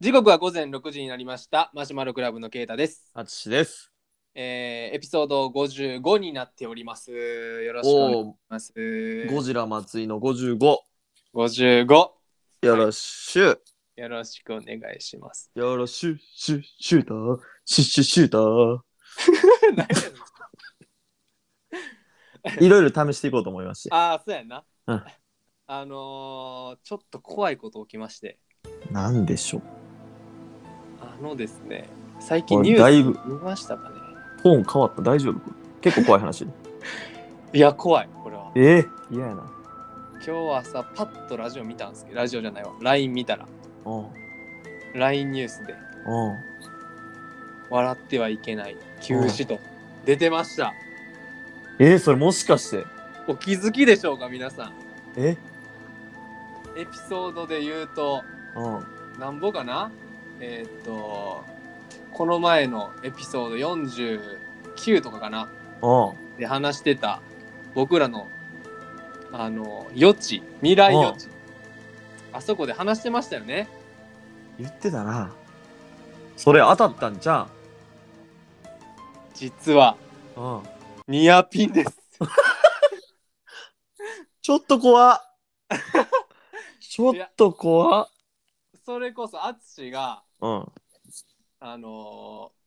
時刻は午前6時になりました。マシュマロクラブのケイタです。あつしです。えーエピソード55になっております。よろしくお願いしおお、ます。ゴジラ松井の55。 55。よろしゅよろしくお願いします。 う。よろしゅ、シュ、シューター。シュッシュ、シューター。何やねんいろいろ試していこうと思いまして。ああ、そうやんな。うんあのーちょっと怖いこと起きまして。なんでしょう。あのですね、最近これニュだいーぶス見ましたかねトーン変わった。大丈夫結構怖い話。いや、怖い、これは。ええ嫌やな。今日はさ、パッとラジオ見たんですけど、ラジオじゃないわ。LINE 見たら、うん。うん。 LINE ニュースで、笑ってはいけない休止と出てました。えそれもしかして。お気づきでしょうか皆さんえエピソードで言うとうん。なんぼかなえーっとこの前のエピソード49とかかなうん。で話してた僕らのあの余地未来予知あそこで話してましたよね言ってたな。それ当たったんじゃ実はうん。うん。ニアピンですちょっと怖っちょっと怖っそれこそ淳がうん。あのー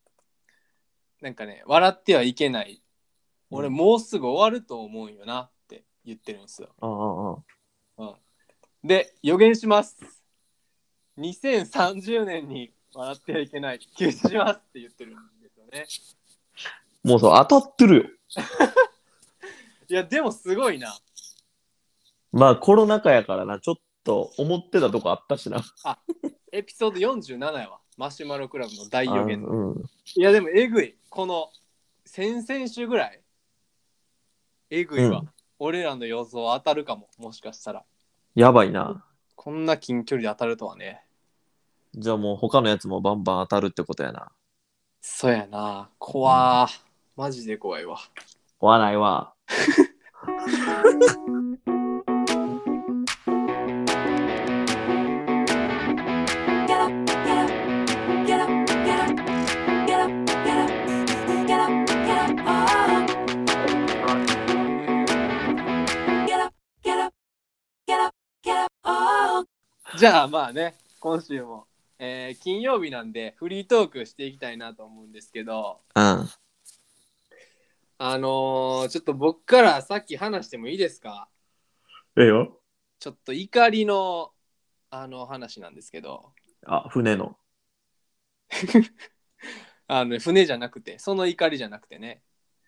なんかね笑ってはいけない俺うんもうすぐ終わると思うんよなって言ってるんですようんうんうん。で予言します2030年に笑ってはいけない休止しますって言ってるんですよねもうそう、当たってるよ。いやでもすごいなまあコロナ禍やからな、ちょっと思ってたとこあったしな。エピソード47やわマシュマロクラブの大予言あのうん。いやでもえぐいこの先々週ぐらいえぐいわ、うん俺らの予想当たるかももしかしたらやばいな。こんな近距離で当たるとはねじゃあもう他のやつもバンバン当たるってことやな。そうやな怖ー、マジで怖いわ怖ないわ。 Get up, get up, get up, get up, get up, get up, get up, get up, oh. Get up, get up, get up, get up, oh. じゃあまあね今週も、えー金曜日なんでフリートークしていきたいなと思うんですけどうん。あのーちょっと僕からさっき話してもいいですかええよ。ちょっと怒りのあの話なんですけどあ、船の。あの船じゃなくてその怒りじゃなくてね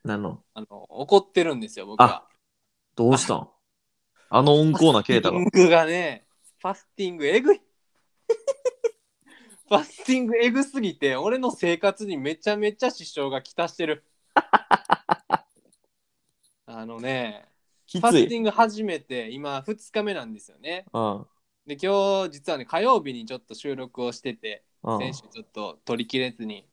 なの。あの怒ってるんですよ僕は。どうしたんあの温厚な啓太がファ。スティングがねファスティングえぐい ファスティングえぐすぎて俺の生活にめちゃめちゃ支障がきたして るあのねきファつステい。ィング始めて今2日目なんですよねうん。で今日実はね火曜日にちょっと収録をしててうん。先週ちょっと取りきれずに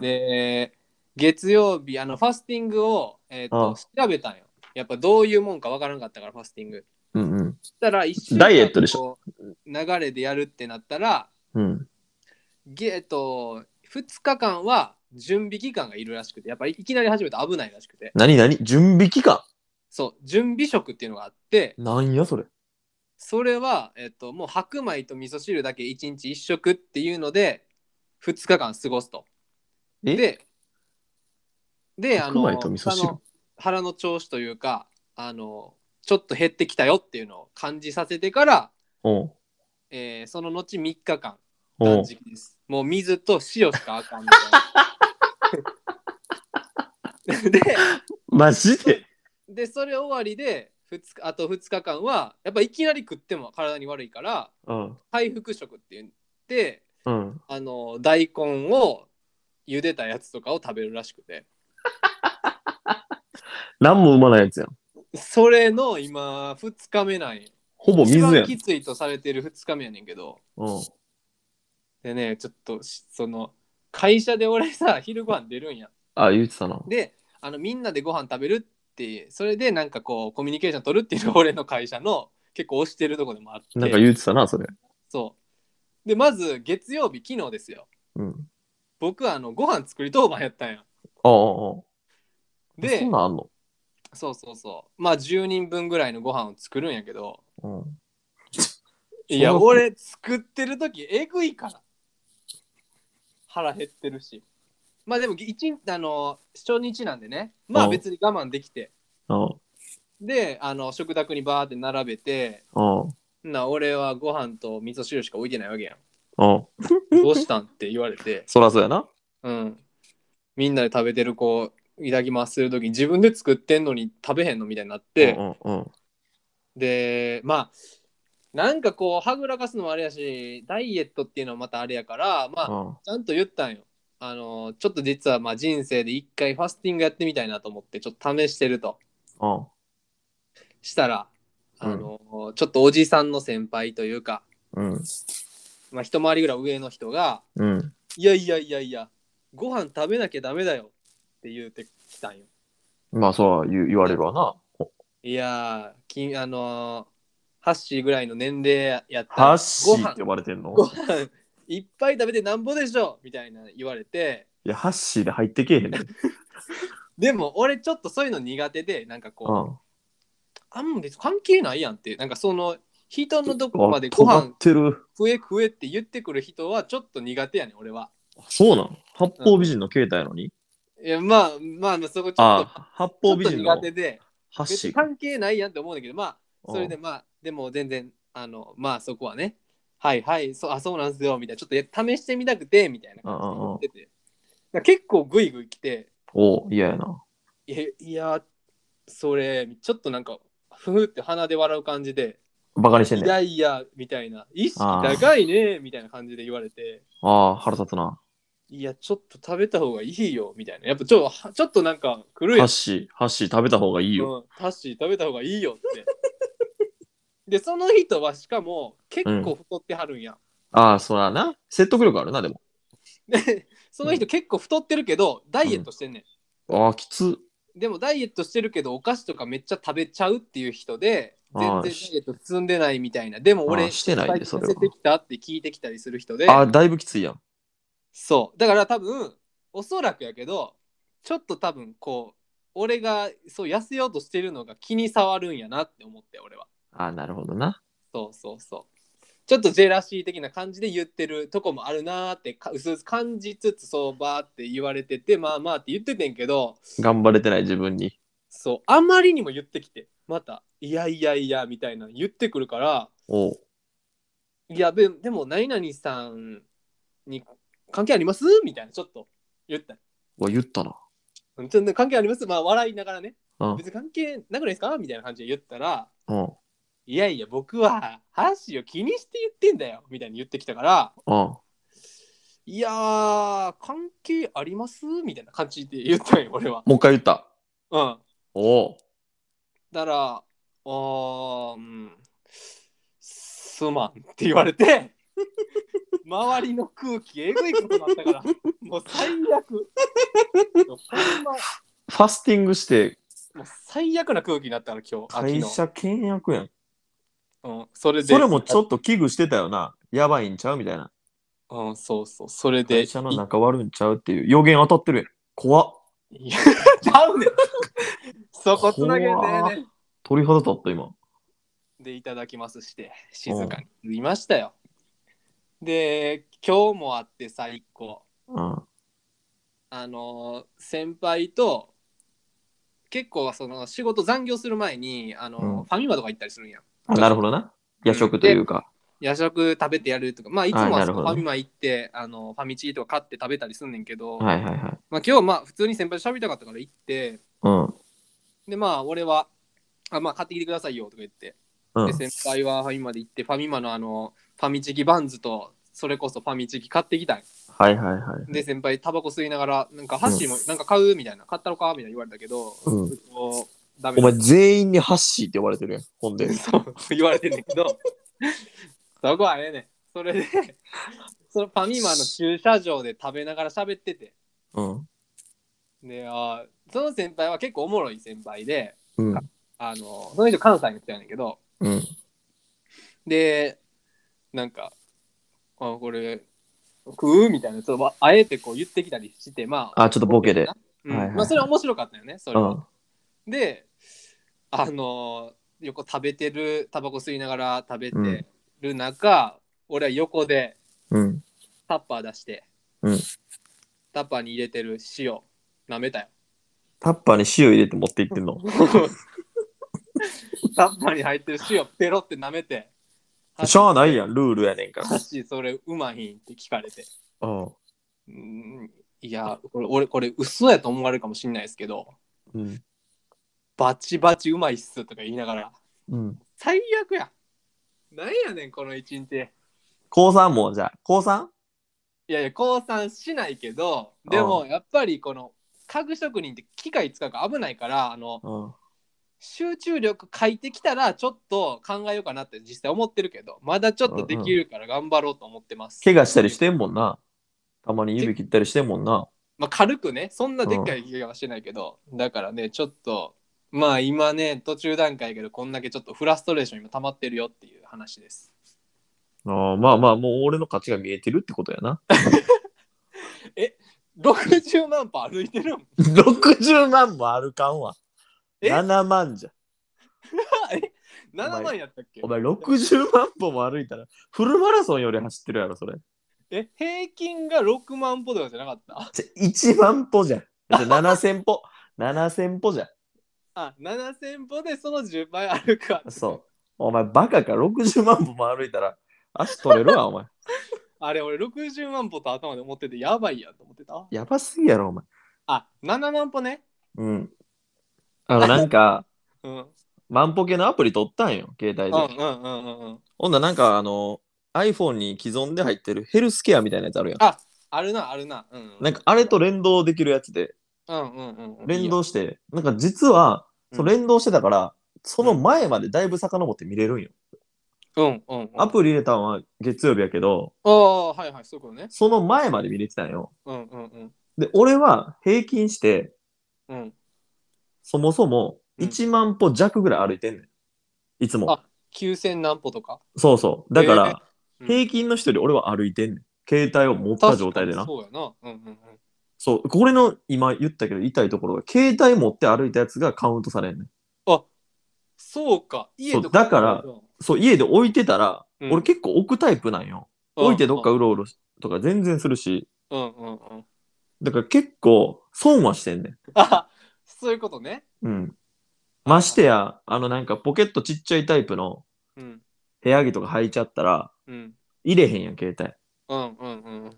で月曜日あのファスティングを、えーと調べたんよやっぱどういうもんかわからんかったからファスティングうんうん。したら一週間ダイエットでしこう流れでやるってなったらうん。ゲえっと2日間は準備期間がいるらしくてやっぱりいきなり始めたら危ないらしくてなになに準備期間そう準備食っていうのがあってなんやそれ。それは、えっと、もう白米と味噌汁だけ1日1食っていうので2日間過ごすと。えでであの白米と味噌他汁の腹の調子というかあのちょっと減ってきたよっていうのを感じさせてから、おうえーその後3日間お断う食です。もう水と塩しかあかんみたい な。でマジででそれ終わりで2日あと2日間はやっぱいきなり食っても体に悪いからうん。回復食って言ってうん。あの大根を茹でたやつとかを食べるらしくて何も生まないやつやん。それの今2日目なんよほぼ水一やん。番きついとされてる2日目やねんけどうん。でねちょっとしその会社で俺さ昼ご飯出るんやあ、言ってたな。であのみんなでご飯食べるってそれでなんかこうコミュニケーション取るっていうのが俺の会社の結構推してるとこでもあってなんか言ってたな、それ。そでまず月曜日昨日ですようん。僕はあのご飯作り当番やったんやああ、ああ。でそんなんあんのそうそうそうまあ10人分ぐらいのご飯を作るんやけどうん。いやそう俺作ってる時えぐいから腹減ってるしまあでも一日あの初日なんでねまあうん別に我慢できてあであの食卓にバーって並べてあ、あな俺はご飯と味噌汁しか置いてないわけやあ、ああ。んどうしたんって言われてそらそうやな。うんみんなで食べてる子いただきますする時に自分で作ってんのに食べへんのみたいになって、うんうんうん。でまあなんかこうはぐらかすのもあれやしダイエットっていうのはまたあれやからまあ、あちゃんと言ったんよあのちょっと実はまあ人生で一回ファスティングやってみたいなと思ってちょっと試してるとあ、あしたらうんあの、ちょっとおじさんの先輩というか、あ。うん。まあ、一回りぐらい上の人がうん。 「いやいやいやいやご飯食べなきゃダメだよ」って言うてきたんよ。まあ、そうは言う言われるわな。いやーきあのー、ハッシーぐらいの年齢やったらハッシーって呼ばれてんのご飯いっぱい食べてなんぼでしょみたいな言われていや、ハッシーで入ってけえへんねん。でも俺ちょっとそういうの苦手でなんかこう、うん。あんま別に関係ないやんってなんかその人のどこまであご尖飯ってる。食え食えって言ってくる人はちょっと苦手やねん俺は。そうなの八方美人の携帯やのに、いやまあまあまあそこちょっとああ、八ちょ方っ美と人の苦手でハッ別シにーか。関係ないやんって思うんだけどまあそれでうんまあでも全然あのまあそこはねはいはいそうあそうなんすよみたいなちょっとや試してみたくてみたいな感じで言っててだから結構グイグイ来ておう、嫌やな。えいやそれちょっとなんかふふって鼻で笑う感じでバカにしてんいねん。あやいやみたいな意識高いねみたいな感じで言われてあ、腹立つな。いやちょっと食べた方がいいよみたいなやっぱちょちょっとなんか狂いハッシー、ハッシー食べた方がいいうよ。ん、タッシー食べた方がいいよってでその人はしかも結構太ってはるんや、ああ、そらな。説得力あるな、でも。で その人結構太ってるけどダイエットしてんねん、ああ、きつ。でもダイエットしてるけどお菓子とかめっちゃ食べちゃうっていう人であ全然ダーイエット進んでないみたいなでもあ俺ーしてない最近ねそれ痩せはてきたって聞いてきたりする人でああ、だいぶきついやん。そうだから多分おそらくやけどちょっと多分こう俺がそう痩せようとしてるのが気に障るんやなって思って俺は。ああ、なるほどな。そうそうそう。ちょっとジェラシー的な感じで言ってるとこもあるなーってかうすうす感じつつそうバーって言われててまあまあって言っててんけど頑張れてない自分に。そうあまりにも言ってきてまた「いやいやいや」みたいなの言ってくるからおう。 「いやででも何々さんに関係あります?」みたいなちょっと言った。うわ、言ったな。うんちょっと関係ありますまあ笑いながらねうん。別に関係なくないですかみたいな感じで言ったらうん。 「いやいや僕は箸を気にして言ってんだよ」みたいに言ってきたからうん。いやー、関係ありますみたいな感じで言ったんよ、俺は。もう一回言った。うん。おお。だから、あー、うん、すまんって言われて、 周りの空気、えぐいことになった から、もう最悪。もうほんま、ファスティングして、もう最悪な空気になったから、今日、秋会の。社倹約やん。うん、それで、それもちょっっと危惧してたよな。やばいんちゃうみたいな。と、うん、そうそう、それで、会社の仲悪いんちゃうっていう予言当たってるやん。怖っ。いいや、ちゃうねん。 そこつなげんでええねん。鳥肌立った今。でいただきますして静かにいましたよ。で今日もあって最高うん。あのー先輩と結構その仕事残業する前にあのー、うんファミマとか行ったりするんやんあなるほどな。夜食というか。夜食食べてやるとかまあいつもはあなそるほのどファミマ行ってあのファミチーとか買って食べたりすんねんけど、はいはいはい。まあ、今日はまあ普通に先輩と喋りたかったから行ってうん。でまあ俺はあ、まあ、買ってきてくださいよとか言ってうでん。先輩はファミマで行ってファミマのあのファミチキバンズとそれこそファミチキ買ってきたんよはいはいはい。で先輩タバコ吸いながらなんかハッシーもなんか買うみたいな買ったのかみたいな言われたけど、うんこうダメお前全員にハッシーって呼ばれてるやん。ほん で。そう言われてんだけ どそこはええねんそれでそのファミマの駐車場で食べながら喋っててうん。であーその先輩は結構おもろい先輩でうん。あのその人関西の人やねんけどうん。でなんかあこれ食うみたいなやつをあえてこう言ってきたりしてまああ、ちょっとボケで。うんはいはいまあそれは面白かったよねそうれは、ん。であのー横食べてるタバコ吸いながら食べてる中、俺は横でうん。タッパー出して、うんタッパーに入れてる塩舐めた よタッパーに塩入れて持っていってんの。タッパーに入ってる塩ペロって舐めてしゃあないやん、ルールやねんかハッシーそれうまいんって聞かれてら。うん。うーんいやこれ俺これ嘘やと思われるかもしれないですけどうん。バチバチうまいっすとか言いながらうん。最悪やなんやねんこの一日高三もじゃあ、高三いやいや降参しないけどでもやっぱりこの家具職人って機械使うから危ないからあのうん。集中力書いてきたらちょっと考えようかなって実際思ってるけどまだちょっとできるから頑張ろうと思ってます、怪我したりしてんもんな。たまに指切ったりしてんもんな。まあ、軽くねそんなでっかい怪我はしてないけど、だからねちょっとまあ今ね途中段階やけどこんだけちょっとフラストレーション今溜まってるよっていう話ですああ、まあまあ、もう俺の勝ちが見えてるってことや な。 60万歩歩いてるん 60万もあるかんわ。え7万じゃ。え7万やったっけお前60万歩も歩いたら、フルマラソンより走ってるやろ、それ。え平均が6万歩とかじゃなかった じゃ1万歩じゃん。じゃ7000歩。7000歩じゃあ7000歩でその10倍歩くわん。そう。お前、バカか。60万歩も歩いたら、足取れるわ、お前。あれ俺60万歩と頭で思っててやばいやと思ってたやばすぎやろ、お前。あ7万歩ねうん。あ の、なんか、うんうん万歩計のアプリ取ったんよ、携帯うんで。うんうんうんほんならなんかあの iPhone に既存で入ってるヘルスケアみたいなやつあるやん。ああるなあるなうんなんかあれと連動できるやつでうんうんうんうん連動して、なんか実はうんその連動してたから、その前までだいぶ遡って見れるんよ。うんうんうんアプリ入れたのは月曜日やけど、ああ、はいはい、そういうことね。その前まで見れてたんよ。うんうんうん。で、俺は平均してうん、そもそもうん1万歩弱ぐらい歩いてんねん。いつもあ。9000何歩とか。そうそう。だから、えーうん平均の人より俺は歩いてんねん。携帯を持った状態でな。そうやな。うんうんうん。そう、これの今言ったけど痛いところが、携帯持って歩いたやつがカウントされんねん。あそうか。家とそうだからそう、家で置いてたら、うん俺結構置くタイプなんよ。置いてどっか。うろうろとか全然するし、うんうんうんうん。 だから結構損はしてんねん。あそういうことね。うん。ましてや、あのなんかポケットちっちゃいタイプのうん部屋着とか履いちゃったら、うん入れへんやん、携帯。うんうんうん。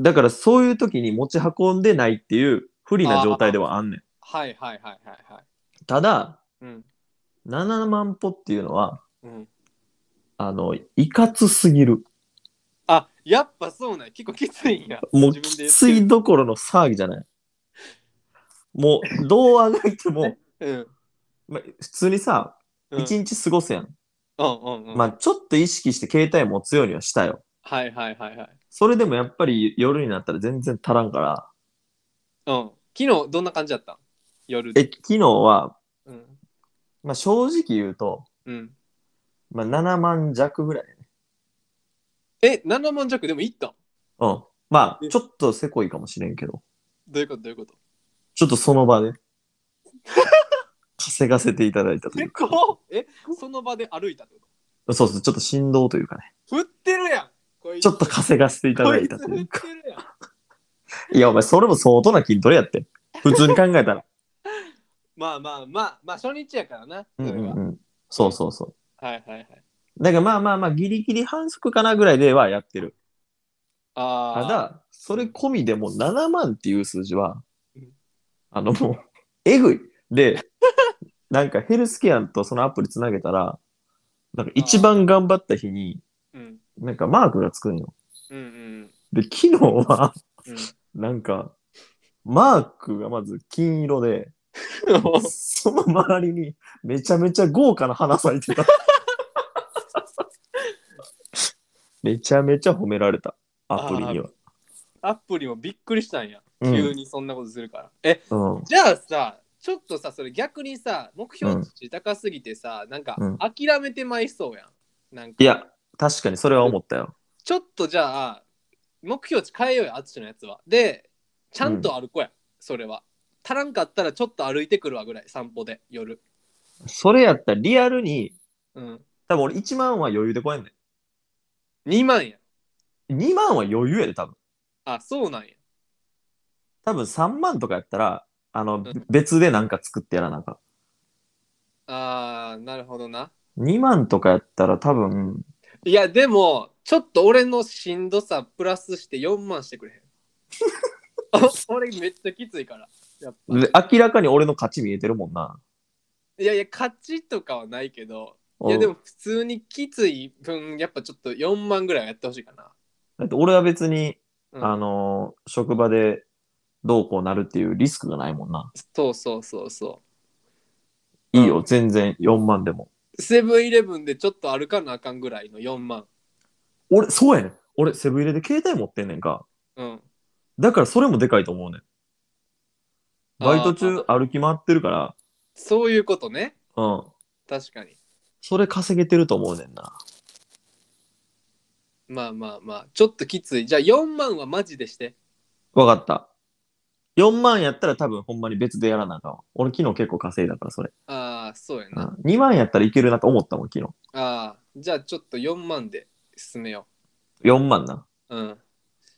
だからそういう時に持ち運んでないっていう不利な状態ではあんねん。はいはいはいはいはい。ただ、うん7万歩っていうのは、うん。あの、いかつすぎる。あやっぱそうなんや結構きついんや。もう自分でき言ってついどころの騒ぎじゃない。もう、どうあがいても、うん。まあ普通にさ、うん一日過ごすやん。うんうんうん。まあ、ちょっと意識して携帯持つようにはしたよ。はいはいはいはい。それでもやっぱり夜になったら全然足らんから。うん。昨日どんな感じだったん夜で。え、昨日は、うん。まあ正直言うと、うん。まあ7万弱ぐらい。え、7万弱でもいったんうん。まあ、えちょっとせこいかもしれんけど、どういうことどういうことちょっとその 場で、稼がせていただいたという結構えその場で歩いたってこそうそう、ちょっと振動というかね、と振ってるやんこいつちょっと稼がせていただいたとこいいうつか。振ってるやんいや、お前、それも相当な筋トレやって。普通に考えたら。まあまあまあまあ初日やからなそ うんれうは、はんいうん。そうそうそ。はいはいうだからまあまあまあ、ギリギリ反則かなぐらいではやってる。あたあだ、それ込みでも7万っていう数字はうん、あのもう、 えぐい。で、 なんかヘルスケアとそのアプリつなげたら、なんか一番頑張った日に、うんなんかマークがつくんよ。うん うんで、昨日は、うんなんか、マークがまず金色で、その周りにめちゃめちゃ豪華な花咲いてた。 めちゃめちゃ褒められた、アプリには。アプリもびっくりしたんやうん急にそんなことするから、えうん、じゃあさちょっとさそれ逆にさ目標値高すぎてさ、なんかうん諦めてまいそうやんなんかいや、確かにそれは思ったよ。ちょっとじゃあ目標値変えようよ淳のやつはでちゃんと歩こうや、それは足らんかったらちょっと歩いてくるわぐらい散歩で夜それやったらリアルに、うん多分俺1万は余裕で超えんね2万やん。2万は余裕やで、多分。あそうなんや多分3万とかやったら、あの、ん別でなんか作ってやらなあか。あーなるほどなん2万とかやったら多分、いやでもちょっと俺のしんどさプラスして4万してくれへん お俺めっちゃきついからやっぱで明らかに俺の勝ち見えてるもんな。いやいや勝ちとかはないけどいやでも普通にきつい分やっぱちょっと4万ぐらいはやってほしいかなだって俺は別に、うんあのー職場でどうこうなるっていうリスクがないもんな。そうそうそうそいいよ、う全然4万でも。うセブンイレブンでちょっと歩かなあかんぐらいの4万俺、そうやねん。俺、セブン入れで携帯持ってんねんか。うんだからそれもでかいと思うねん。バイト中歩き回ってるから、そういうことねうん。確かにそれ稼げてると思うねんな。まあまあまあちょっときついじゃあ4万はマジでしてわかった。4万やったら多分ほんまに別でやらなあかんわ。俺昨日結構稼いだからそれ。ああそうやうな、ん、2万やったらいけるなと思ったもん昨日。ああじゃあちょっと4万で進めよ4万な。う、うん、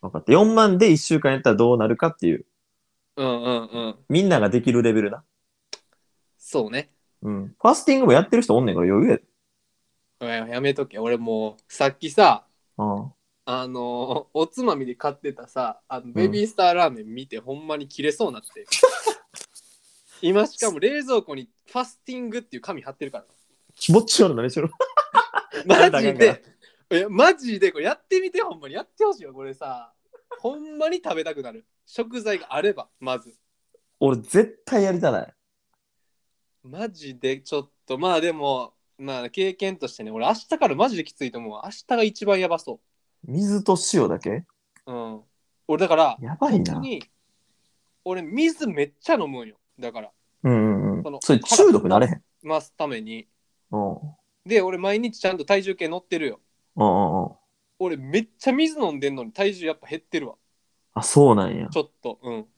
分かった。4万で1週間やったらどうなるかっていう。うんうんうんみんなができるレベルな。そうねうん。ファスティングもやってる人おんねんから余裕やで。ややめとけ俺もうさっきさうん。あの ーおつまみで買ってたさあのベビースターラーメン見て、ほんまに切れそうな ってる今しかも冷蔵庫にファスティングっていう紙貼ってるから気持ち悪いな、何しろ。マ なんだジかんだでえマジでこれやってみてほんまにやってほしいよこれさほんまに食べたくなる食材があればまず俺絶対やりたない。マジでちょっとまあでもまあ経験としてね俺明日からマジできついと思うわ明日が一番やばそ水と塩だけううん俺だからやばいな本当。に俺水めっちゃ飲むんよだからうんうんそうんの。それ中毒なれへん。ますためにうん。うんで俺毎日ちゃんと体重計乗ってるようんうん。俺めっちゃ水飲んでんのに体重やっぱ減ってるわあ、そうなんやち。ょっとうん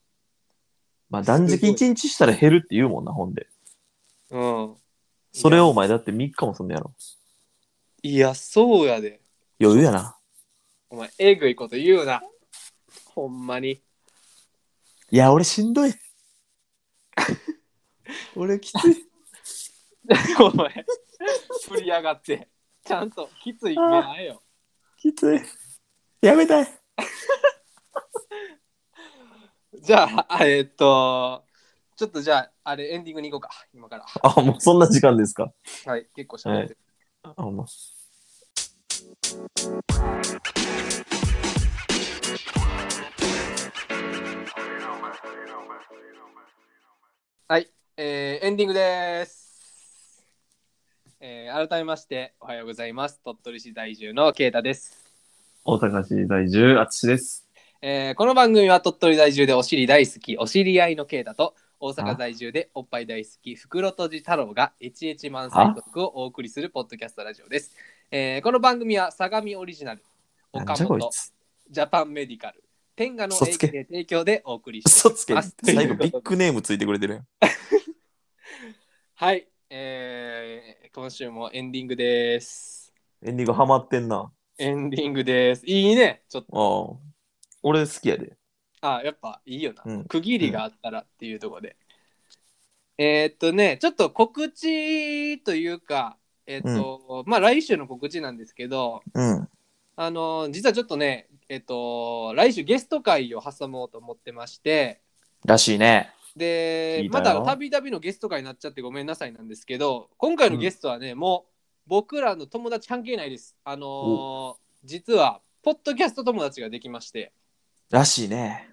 まあ断食1日したら減るって言うもんな、ほんで。うんそれをお前だって3日もそんなやろ。いやそうやで余裕やな。お前えぐいこと言うなほんまに いや、俺しんどい。俺きつい。お前振り上がってちゃんときつい目あえよきつい。やめたい。じゃああえーっとちょっとじゃああれエンディングに行こうか今からあ、もうそんな時間ですか。はい結構喋ってる、あ、もう。えーエンディングです、えー改めましておはようございます鳥取市在住の啓太です大高市在住、あつしです。えーこの番組は鳥取在住でお尻大好きお知り合いのケイタと大阪在住でおっぱい大好き袋とじ太郎が HH 満載トークをお送りするポッドキャストラジオです、えーこの番組は相模オリジナルなん岡じゃこい本つ。ジャパンメディカル天下の嘘つけ AK 提供でお送りします嘘つけあ。最後ビッグネームついてくれてるやん。はい、えー今週もエンディングですエンディングハマってんな。エンディングですいいねちょっとああ。俺好きやで。あやっぱいいよな、うん区切りがあったらっていうところで、えーっとねちょっと告知というかえーっと、まあ来週の告知なんですけどうん。あの実はちょっとねえーっと来週ゲスト会を挟もうと思ってましてらしいね。で聞いたまよたたびたびのゲスト会になっちゃってごめんなさいなんですけど今回のゲストはね、もう僕らの友達関係ないですあのー実はポッドキャスト友達ができましてらしいね。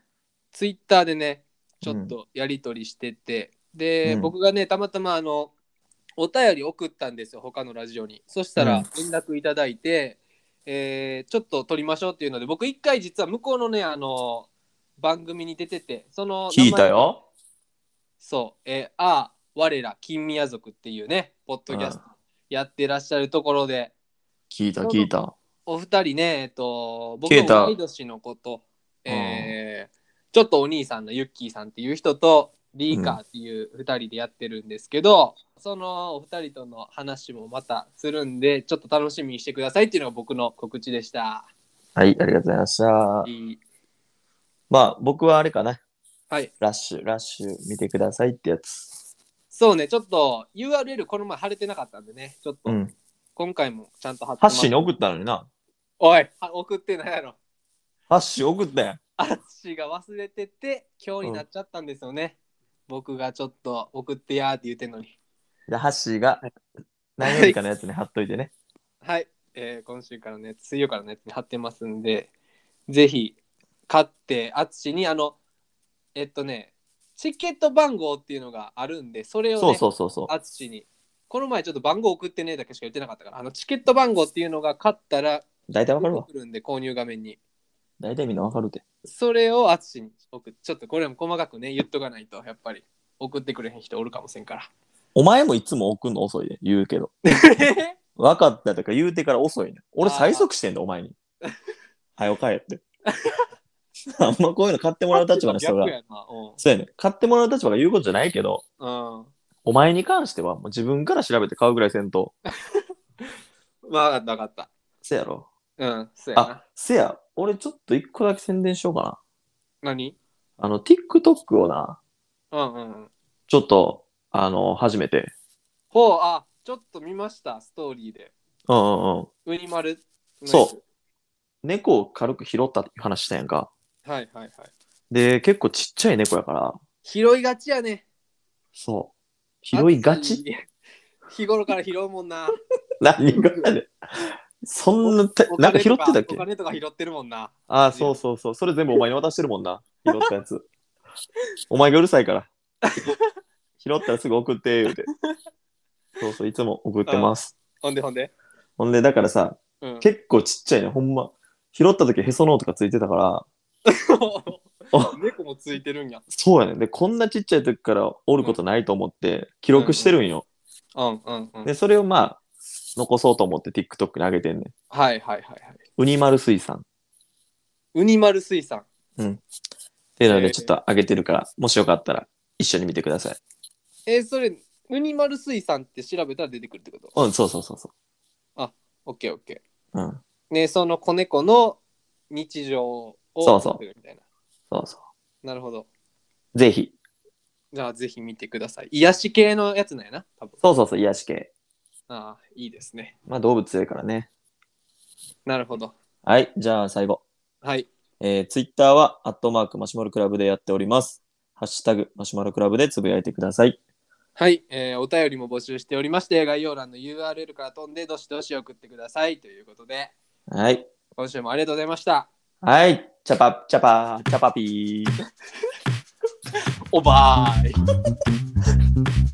ツイッターでねちょっとやり取りしてて、で、うん僕がねたまたまあのお便り送ったんですよ他のラジオにそしたうらん連絡いただいて、えーちょっと撮りましょうっていうので僕一回実は向こうのねあの番組に出ててその聞いたよ。そう、えーああ我ら金宮族っていうねポッドキャストやってらっしゃるところで、聞いた、聞いた。お二人ね、えっと、僕ケイタの同い年の子と、えーちょっとお兄さんのユッキーさんっていう人と、リーカーっていう二人でやってるんですけど、そのお二人との話もまたするんで、ちょっと楽しみにしてくださいっていうのが僕の告知でした。はい、ありがとうございました。いいまあ、僕はあれかな。はい。ラッシュ、ラッシュ見てくださいってやつ。そうね、ちょっと URL この前貼れてなかったんでね、ちょっうとん。今回もちゃんと貼ってハッすシーに送ったのにな。おい、は送ってないやろ。ハッシー送ったやん。アッシーが忘れてて、今日になっちゃったんですよね。僕がちょっと送ってやーって言ってんのに。じゃあ、ハッシーが何曜日かのやつに貼っといてね。はい、えー今週からね、水曜からのやつに貼ってますんで、ぜひ買って、アツシに、あの、えっとね、チケット番号っていうのがあるんで、それを、ね、そうそうそうそう。アツシに、この前ちょっと番号送ってねえだけしか言ってなかったから、あのチケット番号っていうのが買ったら、大体わかる送わって。くるんで、購入画面に。大体みんなわかるて。それをアツシに送って、ちょっとこれも細かくね、言っとかないと、やっぱり送ってくれへん人おるかもしれんから。お前もいつも送るの遅いで、言う けど。分かったとか言うてから遅いね。俺あー催促してんだ、お前に。はよ帰って。 あんまこういうの買ってもらう立場の人が 逆。やなうんそうやね。買ってもらう立場が言うことじゃないけど、うん。お前に関してはもう自分から調べて買うぐらいせんと。わかったわかった。せやろ。うん、そうやなあ。、せや。俺ちょっと一個だけ宣伝しようかな。何あの、TikTok をな、うんうんうん。ちょっと、あの、初めて。ほう、あ、ちょっと見ました、ストーリーで。うんうんうん。ウニ丸のやつそ猫を軽く拾ったっていう話したやんか。はいはいはい。で、結構ちっちゃい猫やから、拾いがちやね。そう。拾いがち暑い日頃から拾うもんな。何がやねんそんなて、お なんか金拾とってたっけお金とか拾ってるもんな。ああ、そうそうそう。それ全部お前に渡してるもんな。拾ったやつ。お前がうるさいから。拾ったらすぐ送って、言うて。そうそう、いつも送ってます。ほんでほんで。ほんで、だからさ、うん、 結構ちっちゃいね、ほんま。拾った時へその緒とかついてたから、構あ猫もついてるんや。そうやねん。で、こんなちっちゃい時からおることないと思って、記録してるんよ。うんうんうん。はいで、それをまあ、残そうと思って TikTok に上げてんねん。はいはいはい。ウニ丸水産。っウニ丸水産。ていうのへーで、ちょっと上げてるから、もしよかったら一緒に見てください。えーそれ、ウニ丸水産って調べたら出てくるってことうん、そうそうそうそオッケーオッケー。う。うん。ね、その子猫の日常をそうそう撮ってるみたいな。そうそなるほど。う。ぜひ。じゃあぜひ見てください。癒し系のやつなんやな、多分。そうそうそう、癒し系。ああ、いいですね。まあ、動物強いからね。なるほど。はい、じゃあ最後。はい。えー、Twitter は、アットマークマシュマロクラブでやっております。ハッシュタグ、マシュマロクラブでつぶやいてください。はい、えーお便りも募集しておりまして、概要欄の URL から飛んで、どしどし送ってくださいということで、はい。今週もありがとうございました。はい、チャパ、チャパ、チャパピー。おばーい。